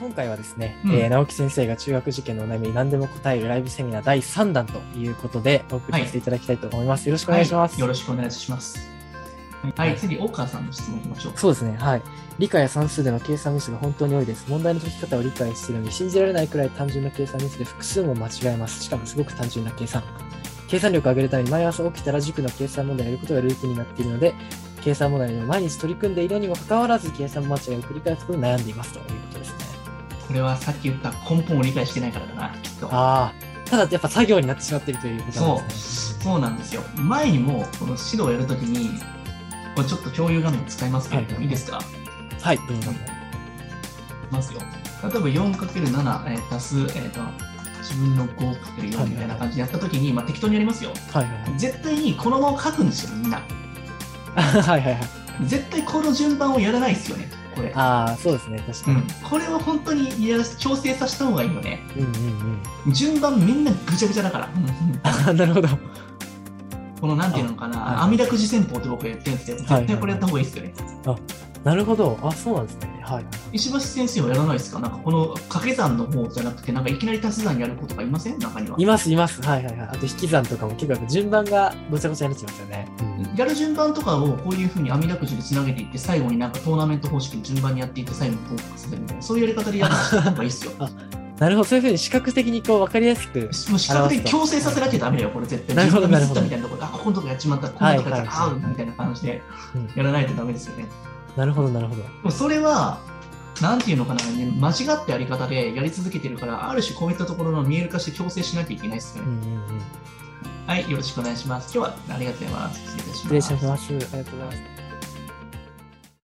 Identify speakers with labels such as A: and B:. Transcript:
A: 今回はですね、
B: うん
A: えー直樹先生が中学受験のお悩み何でも答えるライブセミナー第3弾ということでお送りさせていただきたいと思います。よろしくお願いします。
B: はいよろしくお願いします。はい、次、大川さんの質問いきましょう。
A: そうですね、はい。理科や算数での計算ミスが本当に多いです。問題の解き方を理解しているのに信じられないくらい単純な計算ミスで複数も間違えます。しかもすごく単純な計算。計算力を上げるために毎朝起きたら塾の計算問題をやることがルーティンになっているので、計算問題にも毎日取り組んでいるにもかかわらず計算間違いを繰り返すことに悩んでいますということですね。
B: これはさっき言った根本を理解してないからだな、きっと。
A: ああ、ただやっぱ作業になってしまっているということなん
B: そ
A: で
B: う、
A: すね。
B: そうなんですよ。前にも、この指導をやるときに、これちょっと共有画面使いますけれども、
A: はい
B: い、いですか
A: はい、どうぞ
B: いきますよ。例えば 4×7、えー足す、えーと自分の 5×4 みたいな感じでやったときに、まあ、適当にやりますよ。
A: はいはい
B: 絶対にこのまま書くんですよ、みんな。
A: はい。はいはいはい。
B: 絶対この順番をやらないですよね、これ。
A: ああ、そうですね、確
B: う
A: かに
B: ん。、これは本当にやらせ調整させた方がいいよね。
A: うんうんうん。
B: 順番みんなぐちゃぐちゃだから。
A: あ あ、なるほど。
B: このなんていうのか
A: はい
B: な、網だくじ戦法って僕言ってるんですけど、
A: はい
B: 絶対これやった方がいいですよね。
A: なるほど。あ、そうなんですね。はい。。
B: 石橋先生はやらないですかなんかこの掛け算の方じゃなくて、なんかいきなり足し算やる子とかいません中にはい
A: ますいます。はいはいはい。あと引き算とかも結構順番がごちゃごちゃになっちゃいますよね。
B: やる順番とかをこういうふうに網だくじでつなげていって、最後になんかトーナメント方式で順番にやっていって、最後に合格するみたいな、そういうやり方でやる方がい いですよ。
A: あなるほど。そういうふうに視覚的にこう分かりやすく。
B: もう視覚的に強制させなきゃダメだよ、これ絶対。
A: なるほど
B: 自分が
A: なるほど
B: ミスったみたいなところで、あ、ここのとこやっちまった、ここのとこやっちまった、
A: は
B: あ
A: いはいはい
B: みたいな感じで
A: うん
B: やらないとダメですよね。
A: なるほど、なるほど。
B: でもそれは、なんていうのかな、ね、間違ったやり方でやり続けてるから、ある種こういったところの見える化して強制しなきゃいけないですよ
A: うんう
B: ね。
A: んうん。
B: はい、よろしくお願いします。今日はありがとうございます。失礼いたします。
A: 失礼します。ありがとうございます。